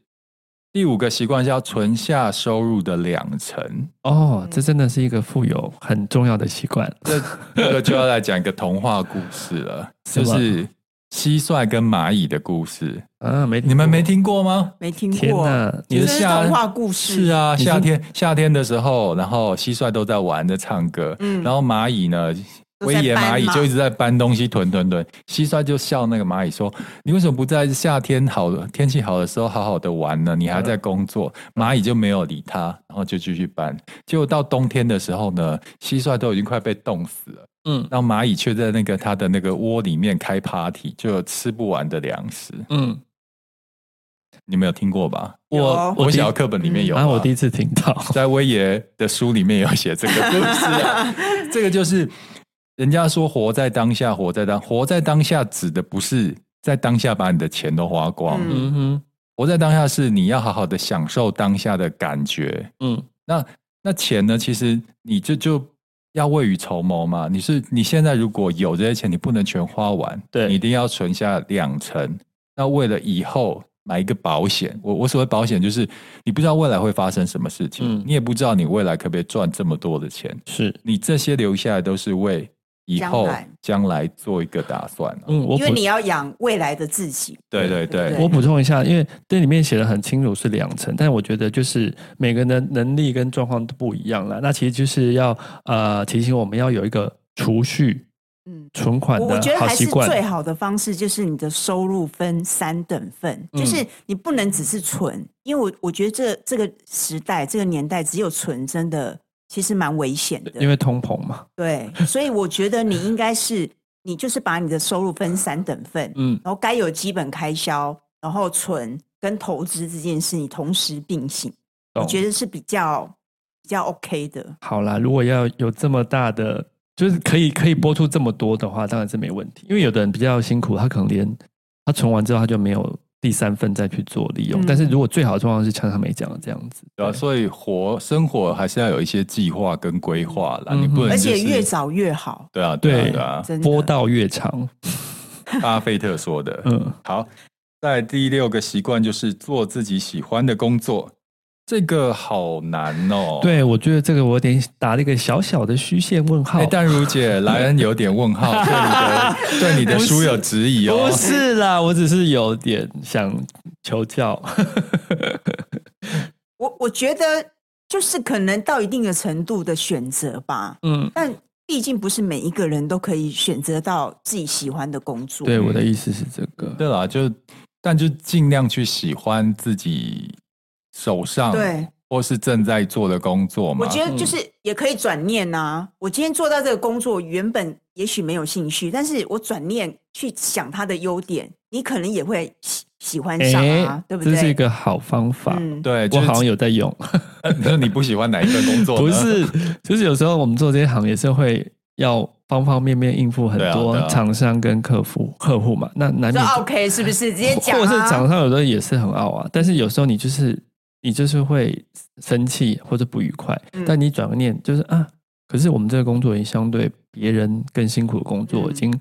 [SPEAKER 1] 第五个习惯是要存下收入的两成，
[SPEAKER 2] 哦，这真的是一个富有很重要的习惯。
[SPEAKER 1] 这这个就要来讲一个童话故事了，
[SPEAKER 2] *laughs* 什
[SPEAKER 1] 就
[SPEAKER 2] 么
[SPEAKER 1] 是蟋蟀跟蚂蚁的故事，
[SPEAKER 2] 啊，没
[SPEAKER 1] 你们没
[SPEAKER 2] 过
[SPEAKER 1] 听过吗？
[SPEAKER 3] 没听
[SPEAKER 2] 天
[SPEAKER 3] 过，
[SPEAKER 2] 哪，
[SPEAKER 1] 你的
[SPEAKER 3] 这是
[SPEAKER 1] 夏
[SPEAKER 3] 童话故事嗯
[SPEAKER 1] 是啊，
[SPEAKER 2] 你是
[SPEAKER 1] 夏天夏天的时候，然后蟋蟀都在玩在唱歌，
[SPEAKER 3] 嗯
[SPEAKER 1] 然后蚂蚁呢，
[SPEAKER 3] 都在
[SPEAKER 1] 威严
[SPEAKER 3] 搬
[SPEAKER 1] 蚂蚁
[SPEAKER 3] 嘛
[SPEAKER 1] 就一直在搬东西囤囤囤，蟋蟀就笑那个蚂蚁说：“你为什么不在夏天好的天气好的时候好好的玩呢？你还在工作。
[SPEAKER 3] 嗯
[SPEAKER 1] 蚂蚁就没有理它，然后就继续搬。结果到冬天的时候呢，蟋蟀都已经快被冻死了，
[SPEAKER 2] 嗯
[SPEAKER 1] 然后蚂蚁却在那个它的那个窝里面开 party，就有吃不完的粮食。
[SPEAKER 2] 嗯，
[SPEAKER 1] 你们有听过吧？
[SPEAKER 3] 有
[SPEAKER 2] 我
[SPEAKER 1] 国
[SPEAKER 2] 第
[SPEAKER 1] 小课本里面有吧、
[SPEAKER 2] 啊，我第一次听到。
[SPEAKER 1] *laughs* 在威爷的书里面有写这个故事、啊，这个就是人家说活在当下，活在当活在当下指的不是在当下把你的钱都花光，
[SPEAKER 3] 嗯
[SPEAKER 2] 嗯哼，
[SPEAKER 1] 活在当下是你要好好的享受当下的感觉。
[SPEAKER 2] 嗯，
[SPEAKER 1] 那那钱呢？其实你就就要未雨绸缪嘛。你是你现在如果有这些钱，你不能全花完，
[SPEAKER 2] 对
[SPEAKER 1] 你一定要存下两成。那为了以后买一个保险，我我所谓保险就是你不知道未来会发生什么事情，
[SPEAKER 2] 嗯
[SPEAKER 1] 你也不知道你未来可不可以赚这么多的钱，
[SPEAKER 2] 是，
[SPEAKER 1] 你这些留下来都是为以后
[SPEAKER 3] 将来
[SPEAKER 1] 将来做一个打算、啊。
[SPEAKER 2] 嗯，我
[SPEAKER 3] 因为
[SPEAKER 2] 补
[SPEAKER 3] 你要养未来的自己，
[SPEAKER 1] 对对对
[SPEAKER 3] 对
[SPEAKER 2] 我补充一下，因为这里面写的很清楚是两层，但我觉得就是每个人的能力跟状况都不一样了。那其实就是要呃提醒我们要有一个储蓄
[SPEAKER 3] 嗯。
[SPEAKER 2] 存款
[SPEAKER 3] 我我觉
[SPEAKER 2] 的
[SPEAKER 3] 得
[SPEAKER 2] 好
[SPEAKER 3] 还
[SPEAKER 2] 习
[SPEAKER 3] 是最
[SPEAKER 2] 惯。
[SPEAKER 3] 好的方式，就是你的收入分三等份，
[SPEAKER 2] 嗯
[SPEAKER 3] 就是你不能只是存，因为我我觉得这这个时代这个年代，只有存真的其实蛮危险的
[SPEAKER 2] 因。为通膨嘛，
[SPEAKER 3] 对，所以我觉得你应该是你就是把你的收入分三等份，
[SPEAKER 2] 嗯，
[SPEAKER 3] 然后该有基本开销，然后存跟投资这件事你同时并行，我
[SPEAKER 2] 懂。
[SPEAKER 3] 觉得是比较比较 OK 的。
[SPEAKER 2] 好啦，如果要有这么大的，就是可以可以播出这么多的话，当然是没问题。因为有的人比较辛苦，他可能连他存完之后他就没有第三份再去做利用。
[SPEAKER 3] 嗯
[SPEAKER 2] 但是如果最好的状况是像他没讲的这样子，
[SPEAKER 1] 对啊，所以活生活还是要有一些计划跟规划啦，
[SPEAKER 2] 嗯
[SPEAKER 1] 你不能、
[SPEAKER 3] 而
[SPEAKER 1] 就是、
[SPEAKER 3] 且越早越好，
[SPEAKER 1] 对啊对啊
[SPEAKER 2] 对
[SPEAKER 1] 对啊，
[SPEAKER 3] 真的。
[SPEAKER 2] 播到越长，
[SPEAKER 1] 巴菲特说的，
[SPEAKER 2] 嗯，
[SPEAKER 1] 好，在第六个习惯就是做自己喜欢的工作，这个好难哦。，
[SPEAKER 2] 对，我觉得这个我有点打了一个小小的虚线问号。
[SPEAKER 1] 哎，淡如姐，莱恩有点问
[SPEAKER 2] *laughs*
[SPEAKER 1] 号，对你的对你的
[SPEAKER 2] 不是
[SPEAKER 1] 书有质疑哦
[SPEAKER 2] 不。是
[SPEAKER 1] *laughs*
[SPEAKER 2] 啦，我只是有点想求教。
[SPEAKER 3] 我我觉得就是可能到一定的程度的选择吧，
[SPEAKER 2] 嗯，
[SPEAKER 3] 但毕竟不是每一个人都可以选择到自己喜欢的工
[SPEAKER 2] *laughs*
[SPEAKER 3] 作。
[SPEAKER 2] 对，我的意思是这个，
[SPEAKER 1] 对啦，就但就尽量去喜欢自己手上
[SPEAKER 3] 对
[SPEAKER 1] 或是正在做的工作嘛。
[SPEAKER 3] 我觉得就是也可以转念呐、啊我今天做到这个工作，原本也许没有兴趣，但是我转念去想它的优点，你可能也会喜喜欢上啊，对不对？
[SPEAKER 2] 这是一个好方法，
[SPEAKER 3] 嗯，
[SPEAKER 1] 对，
[SPEAKER 2] 我
[SPEAKER 1] 就
[SPEAKER 2] 好像有在用。
[SPEAKER 1] *laughs* 那你不喜欢哪一份工作呢？
[SPEAKER 2] 不是，就是有时候我们做这一行也是会要方方面面应付很
[SPEAKER 1] 对啊
[SPEAKER 2] 多
[SPEAKER 1] 对啊
[SPEAKER 2] 厂商跟客户客户嘛，那难
[SPEAKER 3] 说
[SPEAKER 2] 免
[SPEAKER 3] OK 是不是？直接讲、
[SPEAKER 2] 或
[SPEAKER 3] 啊，
[SPEAKER 2] 者是厂商有时候也是很傲啊，但是有时候你就是你就是会生气或者不愉快，
[SPEAKER 3] 嗯
[SPEAKER 2] 但你转个念就是啊，可是我们这个工作已经相对别人更辛苦的工作
[SPEAKER 3] 嗯
[SPEAKER 2] 已经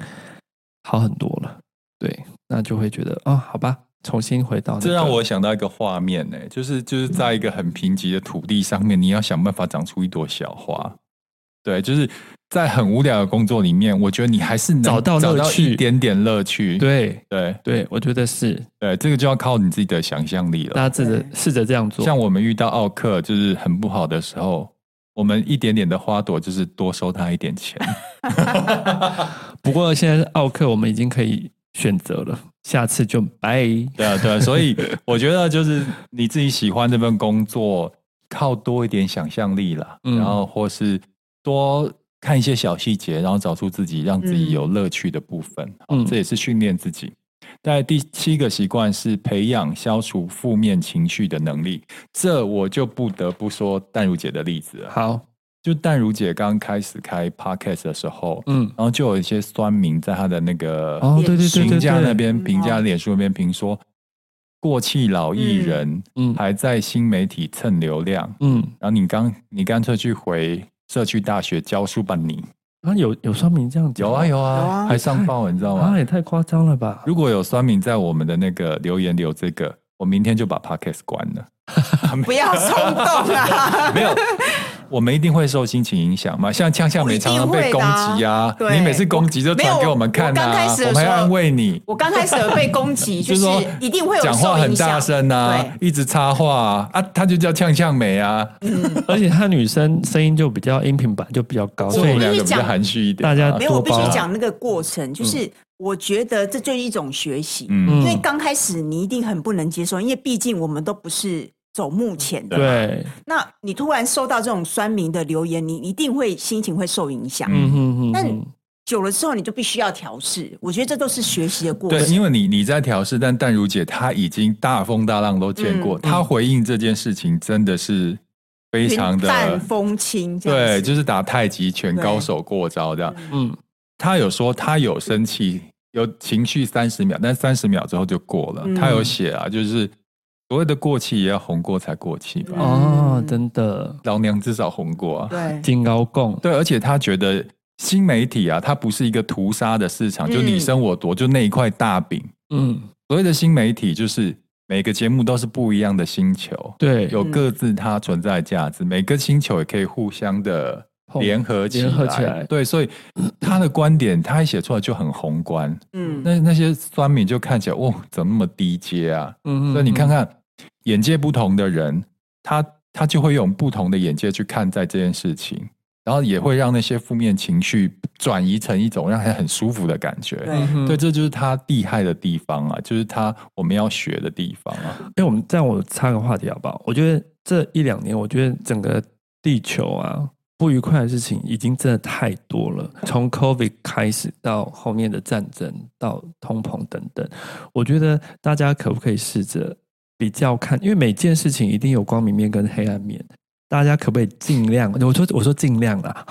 [SPEAKER 2] 好很多了，对，那就会觉得哦，好吧，重新回到、那
[SPEAKER 1] 这
[SPEAKER 2] 个
[SPEAKER 1] 让我想到一个画面呢、就是就是在一个很贫瘠的土地上面，你要想办法长出一朵小花。对，就是在很无聊的工作里面，我觉得你还是能
[SPEAKER 2] 找到
[SPEAKER 1] 找
[SPEAKER 2] 乐
[SPEAKER 1] 到
[SPEAKER 2] 趣
[SPEAKER 1] 一点点乐趣。
[SPEAKER 2] 对
[SPEAKER 1] 对
[SPEAKER 2] 对，我觉得是
[SPEAKER 1] 对，这个就要靠你自己的想象力了。
[SPEAKER 2] 大家试着
[SPEAKER 3] 对
[SPEAKER 2] 试着这样做，
[SPEAKER 1] 像我们遇到奥克就是很不好的时候，我们一点点的花朵就是多收他一点钱。
[SPEAKER 2] 不过现在是奥克，我们已经可以选择了，下次就拜。
[SPEAKER 1] 对啊，对啊，所以我觉得就是你自己喜欢这份工作，靠多一点想象力啦，
[SPEAKER 2] 嗯
[SPEAKER 1] 然后或是多看一些小细节，然后找出自己让自己有乐趣的部分，
[SPEAKER 2] 嗯
[SPEAKER 1] 这也是训练自己。在第七个习惯是培养消除负面情绪的能力，这我就不得不说淡如姐的例子了。
[SPEAKER 2] 好，
[SPEAKER 1] 就淡如姐刚开始开 podcast 的时候，
[SPEAKER 2] 嗯，
[SPEAKER 1] 然后就有一些酸民在她的那个
[SPEAKER 2] 哦，对对对对
[SPEAKER 1] 评价那
[SPEAKER 2] 对，
[SPEAKER 1] 边
[SPEAKER 3] 嗯
[SPEAKER 1] 评价脸书那边评说，过气老艺人
[SPEAKER 2] 嗯
[SPEAKER 1] 还在新媒体蹭流量，
[SPEAKER 2] 嗯，
[SPEAKER 1] 然后你刚你干脆去回社区大学教书吧你，
[SPEAKER 2] 然后啊有有酸民这样讲
[SPEAKER 1] 有啊，有
[SPEAKER 3] 有
[SPEAKER 1] 啊，
[SPEAKER 3] 啊
[SPEAKER 1] 还上报你知道吗
[SPEAKER 2] 啊，？也太夸张了吧？
[SPEAKER 1] 如果有酸民在我们的那个留言留这个，我明天就把 podcast 关
[SPEAKER 3] *laughs*
[SPEAKER 1] 了。
[SPEAKER 3] 不要冲动
[SPEAKER 1] *laughs*
[SPEAKER 3] 啊！
[SPEAKER 1] 没有，我们一定会受心情影响嘛。像像像
[SPEAKER 3] 我
[SPEAKER 1] 美
[SPEAKER 3] 一定
[SPEAKER 1] 常常被
[SPEAKER 3] 会的
[SPEAKER 1] 攻
[SPEAKER 3] 啊
[SPEAKER 1] 击啊，
[SPEAKER 3] 对
[SPEAKER 1] 你每次攻击就
[SPEAKER 3] 没有
[SPEAKER 1] 传给我们看
[SPEAKER 3] 我刚开
[SPEAKER 1] 啊
[SPEAKER 3] 始，的
[SPEAKER 1] 我们还
[SPEAKER 3] 时候
[SPEAKER 1] 安慰你。
[SPEAKER 3] 我刚开始有被攻击，就是
[SPEAKER 1] 说
[SPEAKER 3] 一定会有
[SPEAKER 1] 讲话
[SPEAKER 3] 受
[SPEAKER 1] 很
[SPEAKER 3] 影响
[SPEAKER 1] 大声啊，一直插话啊，啊，他就叫呛呛美啊，
[SPEAKER 2] *laughs* 而且她女生声音就比较音频版就比较高，
[SPEAKER 1] 所以
[SPEAKER 2] 所
[SPEAKER 1] 我
[SPEAKER 2] 以
[SPEAKER 1] 们两个
[SPEAKER 3] 必
[SPEAKER 1] 比
[SPEAKER 3] 须
[SPEAKER 1] 较
[SPEAKER 3] 讲
[SPEAKER 1] 含蓄一点啊。
[SPEAKER 2] 大家
[SPEAKER 3] 没有，我必须
[SPEAKER 2] 多包
[SPEAKER 3] 讲那个过程，就是我觉得这就是一种学习，
[SPEAKER 1] 嗯
[SPEAKER 3] 因为刚开始你一定很不能接受，因为毕竟我们都不是走目前的。
[SPEAKER 2] 对，
[SPEAKER 3] 那你突然收到这种酸民的留言，你一定会心情会受影响。
[SPEAKER 1] 嗯
[SPEAKER 2] 嗯哼哼
[SPEAKER 3] 但
[SPEAKER 2] 哼，
[SPEAKER 3] 久了之后，你就必须要调试。我觉得这都是学习的过
[SPEAKER 1] 对，
[SPEAKER 3] 程。
[SPEAKER 1] 因为你你在调试，但淡如姐她已经大风大浪都见
[SPEAKER 3] 嗯
[SPEAKER 1] 过，她回应这件事情真的是非常
[SPEAKER 3] 云淡
[SPEAKER 1] 的
[SPEAKER 3] 风轻，这样
[SPEAKER 1] 对，
[SPEAKER 3] 子
[SPEAKER 1] 就是打太极拳
[SPEAKER 3] 对
[SPEAKER 1] 高手过招这样。
[SPEAKER 2] 嗯，
[SPEAKER 1] 她有说她有生气，有情绪三十秒，但三十秒之后就过了。
[SPEAKER 3] 嗯
[SPEAKER 1] 她有写啊，就是所谓的过气也要红过才过气吧，
[SPEAKER 3] 嗯
[SPEAKER 2] 哦，真的，
[SPEAKER 1] 老娘至少红过啊。
[SPEAKER 3] 对
[SPEAKER 2] 金高共，
[SPEAKER 1] 对，而且他觉得新媒体啊，它不是一个屠杀的市场，
[SPEAKER 3] 嗯
[SPEAKER 1] 就你生我夺，就那一块大饼。
[SPEAKER 2] 嗯，
[SPEAKER 1] 所谓的新媒体，就是每个节目都是不一样的星球，
[SPEAKER 2] 对，
[SPEAKER 1] 有各自它存在的价值，每个星球也可以互相的
[SPEAKER 2] 碰
[SPEAKER 1] 联合起来。
[SPEAKER 2] 联合起来
[SPEAKER 1] 对，所以他的观点，他一写出来就很宏观。
[SPEAKER 3] 嗯，
[SPEAKER 1] 那那些酸民就看起来，哦，怎么那么低阶啊？
[SPEAKER 2] 嗯
[SPEAKER 1] 所以你看
[SPEAKER 2] 看，
[SPEAKER 1] 看，眼界不同的人，他他就会用不同的眼界去看待这件事情，然后也会让那些负面情绪转移成一种让人很舒服的感觉。
[SPEAKER 3] 对，
[SPEAKER 2] 哼
[SPEAKER 1] 对，这就是他厉害的地方啊，就是他我们要学的地方啊。
[SPEAKER 2] 哎、我们这样，我插个话题好不好？我觉得这一两年，我觉得整个地球啊，不愉快的事情已经真的太多了。从 COVID 开始，到后面的战争，到通膨等等，我觉得大家可不可以试着比较看？因为每件事情一定有光明面跟黑暗面，大家可不可以尽量？我说我说尽量啦，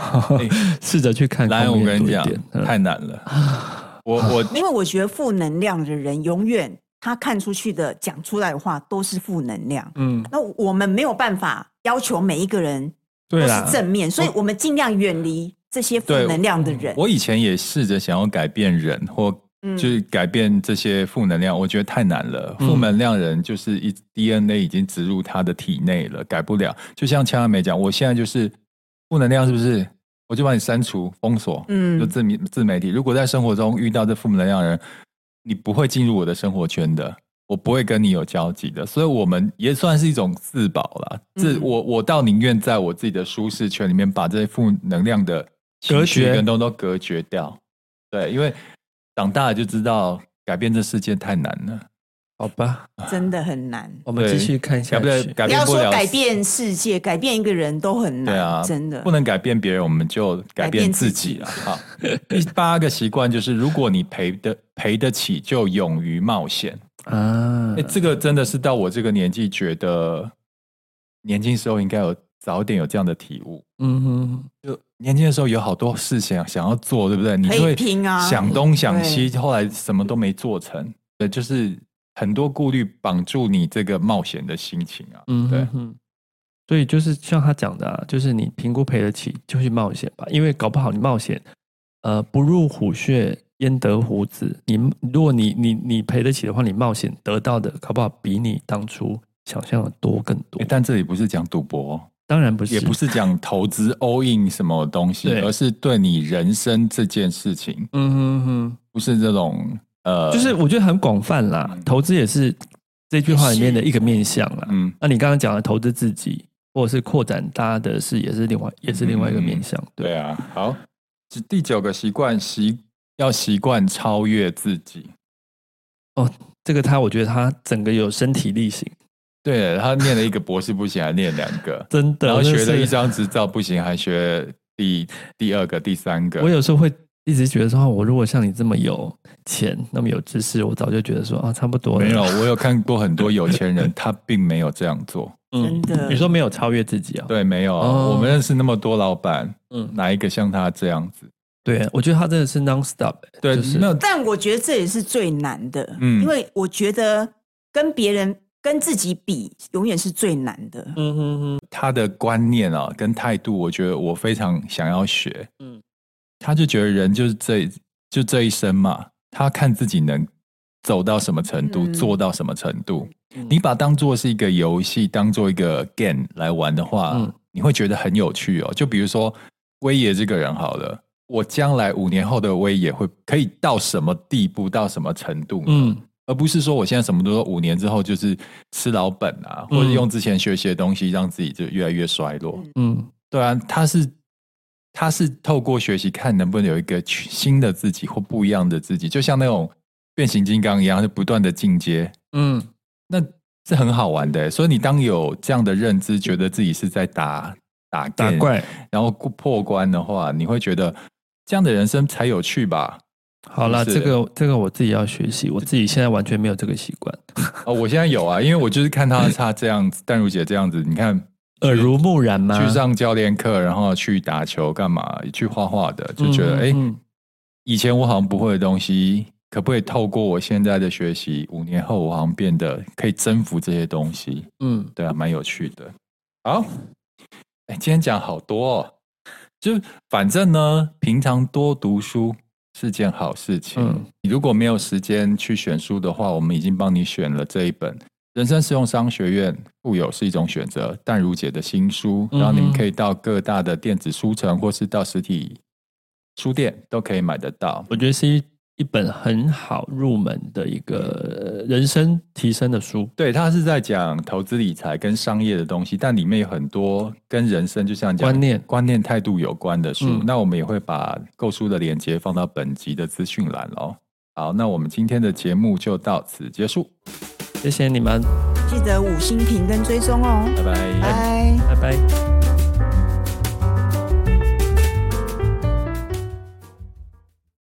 [SPEAKER 2] 试着去看
[SPEAKER 1] 来，
[SPEAKER 2] 光
[SPEAKER 1] 我
[SPEAKER 2] 明面
[SPEAKER 1] 跟
[SPEAKER 2] 多
[SPEAKER 1] 你
[SPEAKER 2] 一
[SPEAKER 1] 讲
[SPEAKER 2] 点。，嗯
[SPEAKER 1] 太难了。
[SPEAKER 2] *laughs*
[SPEAKER 1] 我我
[SPEAKER 3] 因为我觉得负能量的人，永远他看出去的、讲出来的话都是负能量。
[SPEAKER 2] 嗯，
[SPEAKER 3] 那我们没有办法要求每一个人
[SPEAKER 2] 对
[SPEAKER 3] 都
[SPEAKER 2] 啦
[SPEAKER 3] 是，正面，所以我们尽量远离这些负
[SPEAKER 1] 对
[SPEAKER 3] 能量的人。
[SPEAKER 1] 我以前也试着想要改变人或
[SPEAKER 3] 嗯
[SPEAKER 1] 就是改变这些负能量，我觉得太难了。
[SPEAKER 2] 嗯
[SPEAKER 1] 负能量人就是一 DNA 已经植入他的体内了，改不了。就像千万美讲，我现在就是负能量，是不是？我就把你删除、封锁，
[SPEAKER 3] 嗯
[SPEAKER 1] 就自媒自媒体。如果在生活中遇到这负能量的人，你不会进入我的生活圈的。我不会跟你有交集的，所以我们也算是一种自保啦。自我我倒宁愿在我自己的舒适圈里面，把这些负能量的情绪
[SPEAKER 2] 隔绝
[SPEAKER 1] 跟东都隔绝掉。对，因为长大了就知道改变这世界太难了，
[SPEAKER 2] 好吧，
[SPEAKER 3] 真的很难。
[SPEAKER 2] 我们继续看
[SPEAKER 1] 改
[SPEAKER 2] 下
[SPEAKER 1] 不了
[SPEAKER 2] 去。
[SPEAKER 1] 改
[SPEAKER 3] 不
[SPEAKER 1] 变
[SPEAKER 3] 要
[SPEAKER 1] 不
[SPEAKER 3] 说
[SPEAKER 1] 了，
[SPEAKER 3] 改变世界，改变一个人都很难，
[SPEAKER 1] 对啊，
[SPEAKER 3] 真的
[SPEAKER 1] 不。能改变别人，我们就改变自己了。好，第八个习惯就是，如果你赔得赔得起，就勇于冒险。
[SPEAKER 2] 啊
[SPEAKER 1] 哎、，这个真的是到我这个年纪，觉得年轻时候应该有早点有这样的体悟。
[SPEAKER 2] 嗯哼，
[SPEAKER 1] 就年轻的时候有好多事情想要做，对不对？你就
[SPEAKER 3] 可以
[SPEAKER 1] 会
[SPEAKER 3] 拼啊
[SPEAKER 1] 想东想西，后来什么都没做成。对，就是很多顾虑绑住你这个冒险的心情啊。
[SPEAKER 2] 嗯
[SPEAKER 1] 对
[SPEAKER 2] 哼，哼所以就是像他讲的啊，就是你评估赔得起就去冒险吧，因为搞不好你冒险，呃，不入虎穴焉得虎子。你如果你你你赔得起的话，你冒险得到的搞不好比你当初想象的多更多
[SPEAKER 1] 诶。哎但这里不是讲赌博、哦。
[SPEAKER 2] 当然不是，
[SPEAKER 1] 也不，是讲投资 all in 什么东西，
[SPEAKER 2] 对
[SPEAKER 1] 而是对你人生这件事情，
[SPEAKER 2] 嗯哼哼。
[SPEAKER 1] 不是这种呃，
[SPEAKER 2] 就是我觉得很广泛啦，
[SPEAKER 1] 嗯
[SPEAKER 2] 投资也是这句话里面的一个面向啦。
[SPEAKER 1] 嗯，
[SPEAKER 2] 那你刚刚讲的投资自己，或者是扩展大家的视野，是另外也是另外一个面向。对，
[SPEAKER 1] 对啊。好，这第九个习惯习要习惯超越自己。
[SPEAKER 2] 这个他我觉得他整个有身体力行，，
[SPEAKER 1] 对他念了一个博士不行，还念两个
[SPEAKER 2] *laughs* 真的。
[SPEAKER 1] 然后学
[SPEAKER 2] 真
[SPEAKER 1] 了
[SPEAKER 2] 的是
[SPEAKER 1] 一，张执照不行，还学第第二个、第三个。
[SPEAKER 2] 我有时候会一直觉得说，啊我如果像你这么有钱，那么有知识，我早就觉得说啊，差不多了。
[SPEAKER 1] 没有，，我有看过很多有钱人，他并没有这样做。
[SPEAKER 2] 嗯
[SPEAKER 3] 真的
[SPEAKER 2] 你说没有超越自己啊？
[SPEAKER 1] 对，没有。
[SPEAKER 2] 哦
[SPEAKER 1] 我们认识那么多老板，
[SPEAKER 2] 嗯，
[SPEAKER 1] 哪一个像他这样子？
[SPEAKER 2] 对，我觉得他真的是 non stop，欸、
[SPEAKER 1] 对，
[SPEAKER 2] 就是
[SPEAKER 1] 那
[SPEAKER 3] 但我觉得这也是最难的，
[SPEAKER 1] 嗯
[SPEAKER 3] 因为我觉得跟别人、跟自己比，永远是最难的。
[SPEAKER 2] 嗯哼哼，
[SPEAKER 1] 他的观念啊跟态度，我觉得我非常想要学。嗯
[SPEAKER 2] 嗯，
[SPEAKER 1] 他就觉得人就是这就这一生嘛，他看自己能走到什么程度，
[SPEAKER 3] 嗯
[SPEAKER 1] 做到什么程度。
[SPEAKER 2] 嗯
[SPEAKER 1] 你把当做是一个游戏，当做一个 game 来玩的话，
[SPEAKER 2] 嗯
[SPEAKER 1] 你会觉得很有趣哦。就比如说威爷这个人好了，我将来五年后的威爷会可以到什么地步，到什么程度呢？
[SPEAKER 2] 嗯
[SPEAKER 1] 而不是说我现在什么都说，五年之后就是吃老本啊，或者
[SPEAKER 2] 嗯
[SPEAKER 1] 用之前学习的东西让自己就越来越衰落。
[SPEAKER 3] 嗯
[SPEAKER 2] 嗯
[SPEAKER 1] 对啊，他是他是透过学习看能不能有一个新的自己或不一样的自己，就像那种变形金刚一样，就不断的进阶，
[SPEAKER 2] 嗯，
[SPEAKER 1] 那是很好玩的欸。所以你当有这样的认知，觉得自己是在打打
[SPEAKER 2] 打
[SPEAKER 1] game，
[SPEAKER 2] 怪。
[SPEAKER 1] 然后过破关的话，你会觉得这样的人生才有趣吧？
[SPEAKER 2] 好啦，
[SPEAKER 1] 是
[SPEAKER 2] 这个这个我自己要学习，我自己现在完全没有这个习惯，
[SPEAKER 1] 哦，我现在有啊，因为我就是看
[SPEAKER 2] *laughs*
[SPEAKER 1] 他他这样子，淡如姐这样子，你看。
[SPEAKER 2] 耳濡目染吗？
[SPEAKER 1] 去上教练课，然后去打球干嘛，去画画的，就觉得哎、
[SPEAKER 2] 嗯嗯嗯
[SPEAKER 1] 以前我好像不会的东西，可不可以透过我现在的学习，五年后我好像变得可以征服这些东西？
[SPEAKER 2] 嗯，
[SPEAKER 1] 对啊，蛮有趣的。好，哎，今天讲好多、哦，就反正呢，平常多读书是件好事情。
[SPEAKER 2] 嗯
[SPEAKER 1] 你如果没有时间去选书的话，我们已经帮你选了这一本《人生实用商学院》，富有是一种选择，淡如姐的新书。
[SPEAKER 2] 嗯哼
[SPEAKER 1] 然后你们可以到各大的电子书城或是到实体书店都可以买得到。
[SPEAKER 2] 我觉得是一一本很好入门的一个呃人生提升的书。
[SPEAKER 1] 对，它是在讲投资理财跟商业的东西，但里面有很多跟人生，就像讲
[SPEAKER 2] 观念
[SPEAKER 1] 观念、态度有关的书。
[SPEAKER 2] 嗯
[SPEAKER 1] 那我们也会把购书的链接放到本集的资讯栏哦。好，那我们今天的节目就到此结束，
[SPEAKER 2] 谢谢你们，
[SPEAKER 3] 记得五星评跟追踪哦，
[SPEAKER 1] 拜拜
[SPEAKER 3] 拜。
[SPEAKER 2] 拜拜。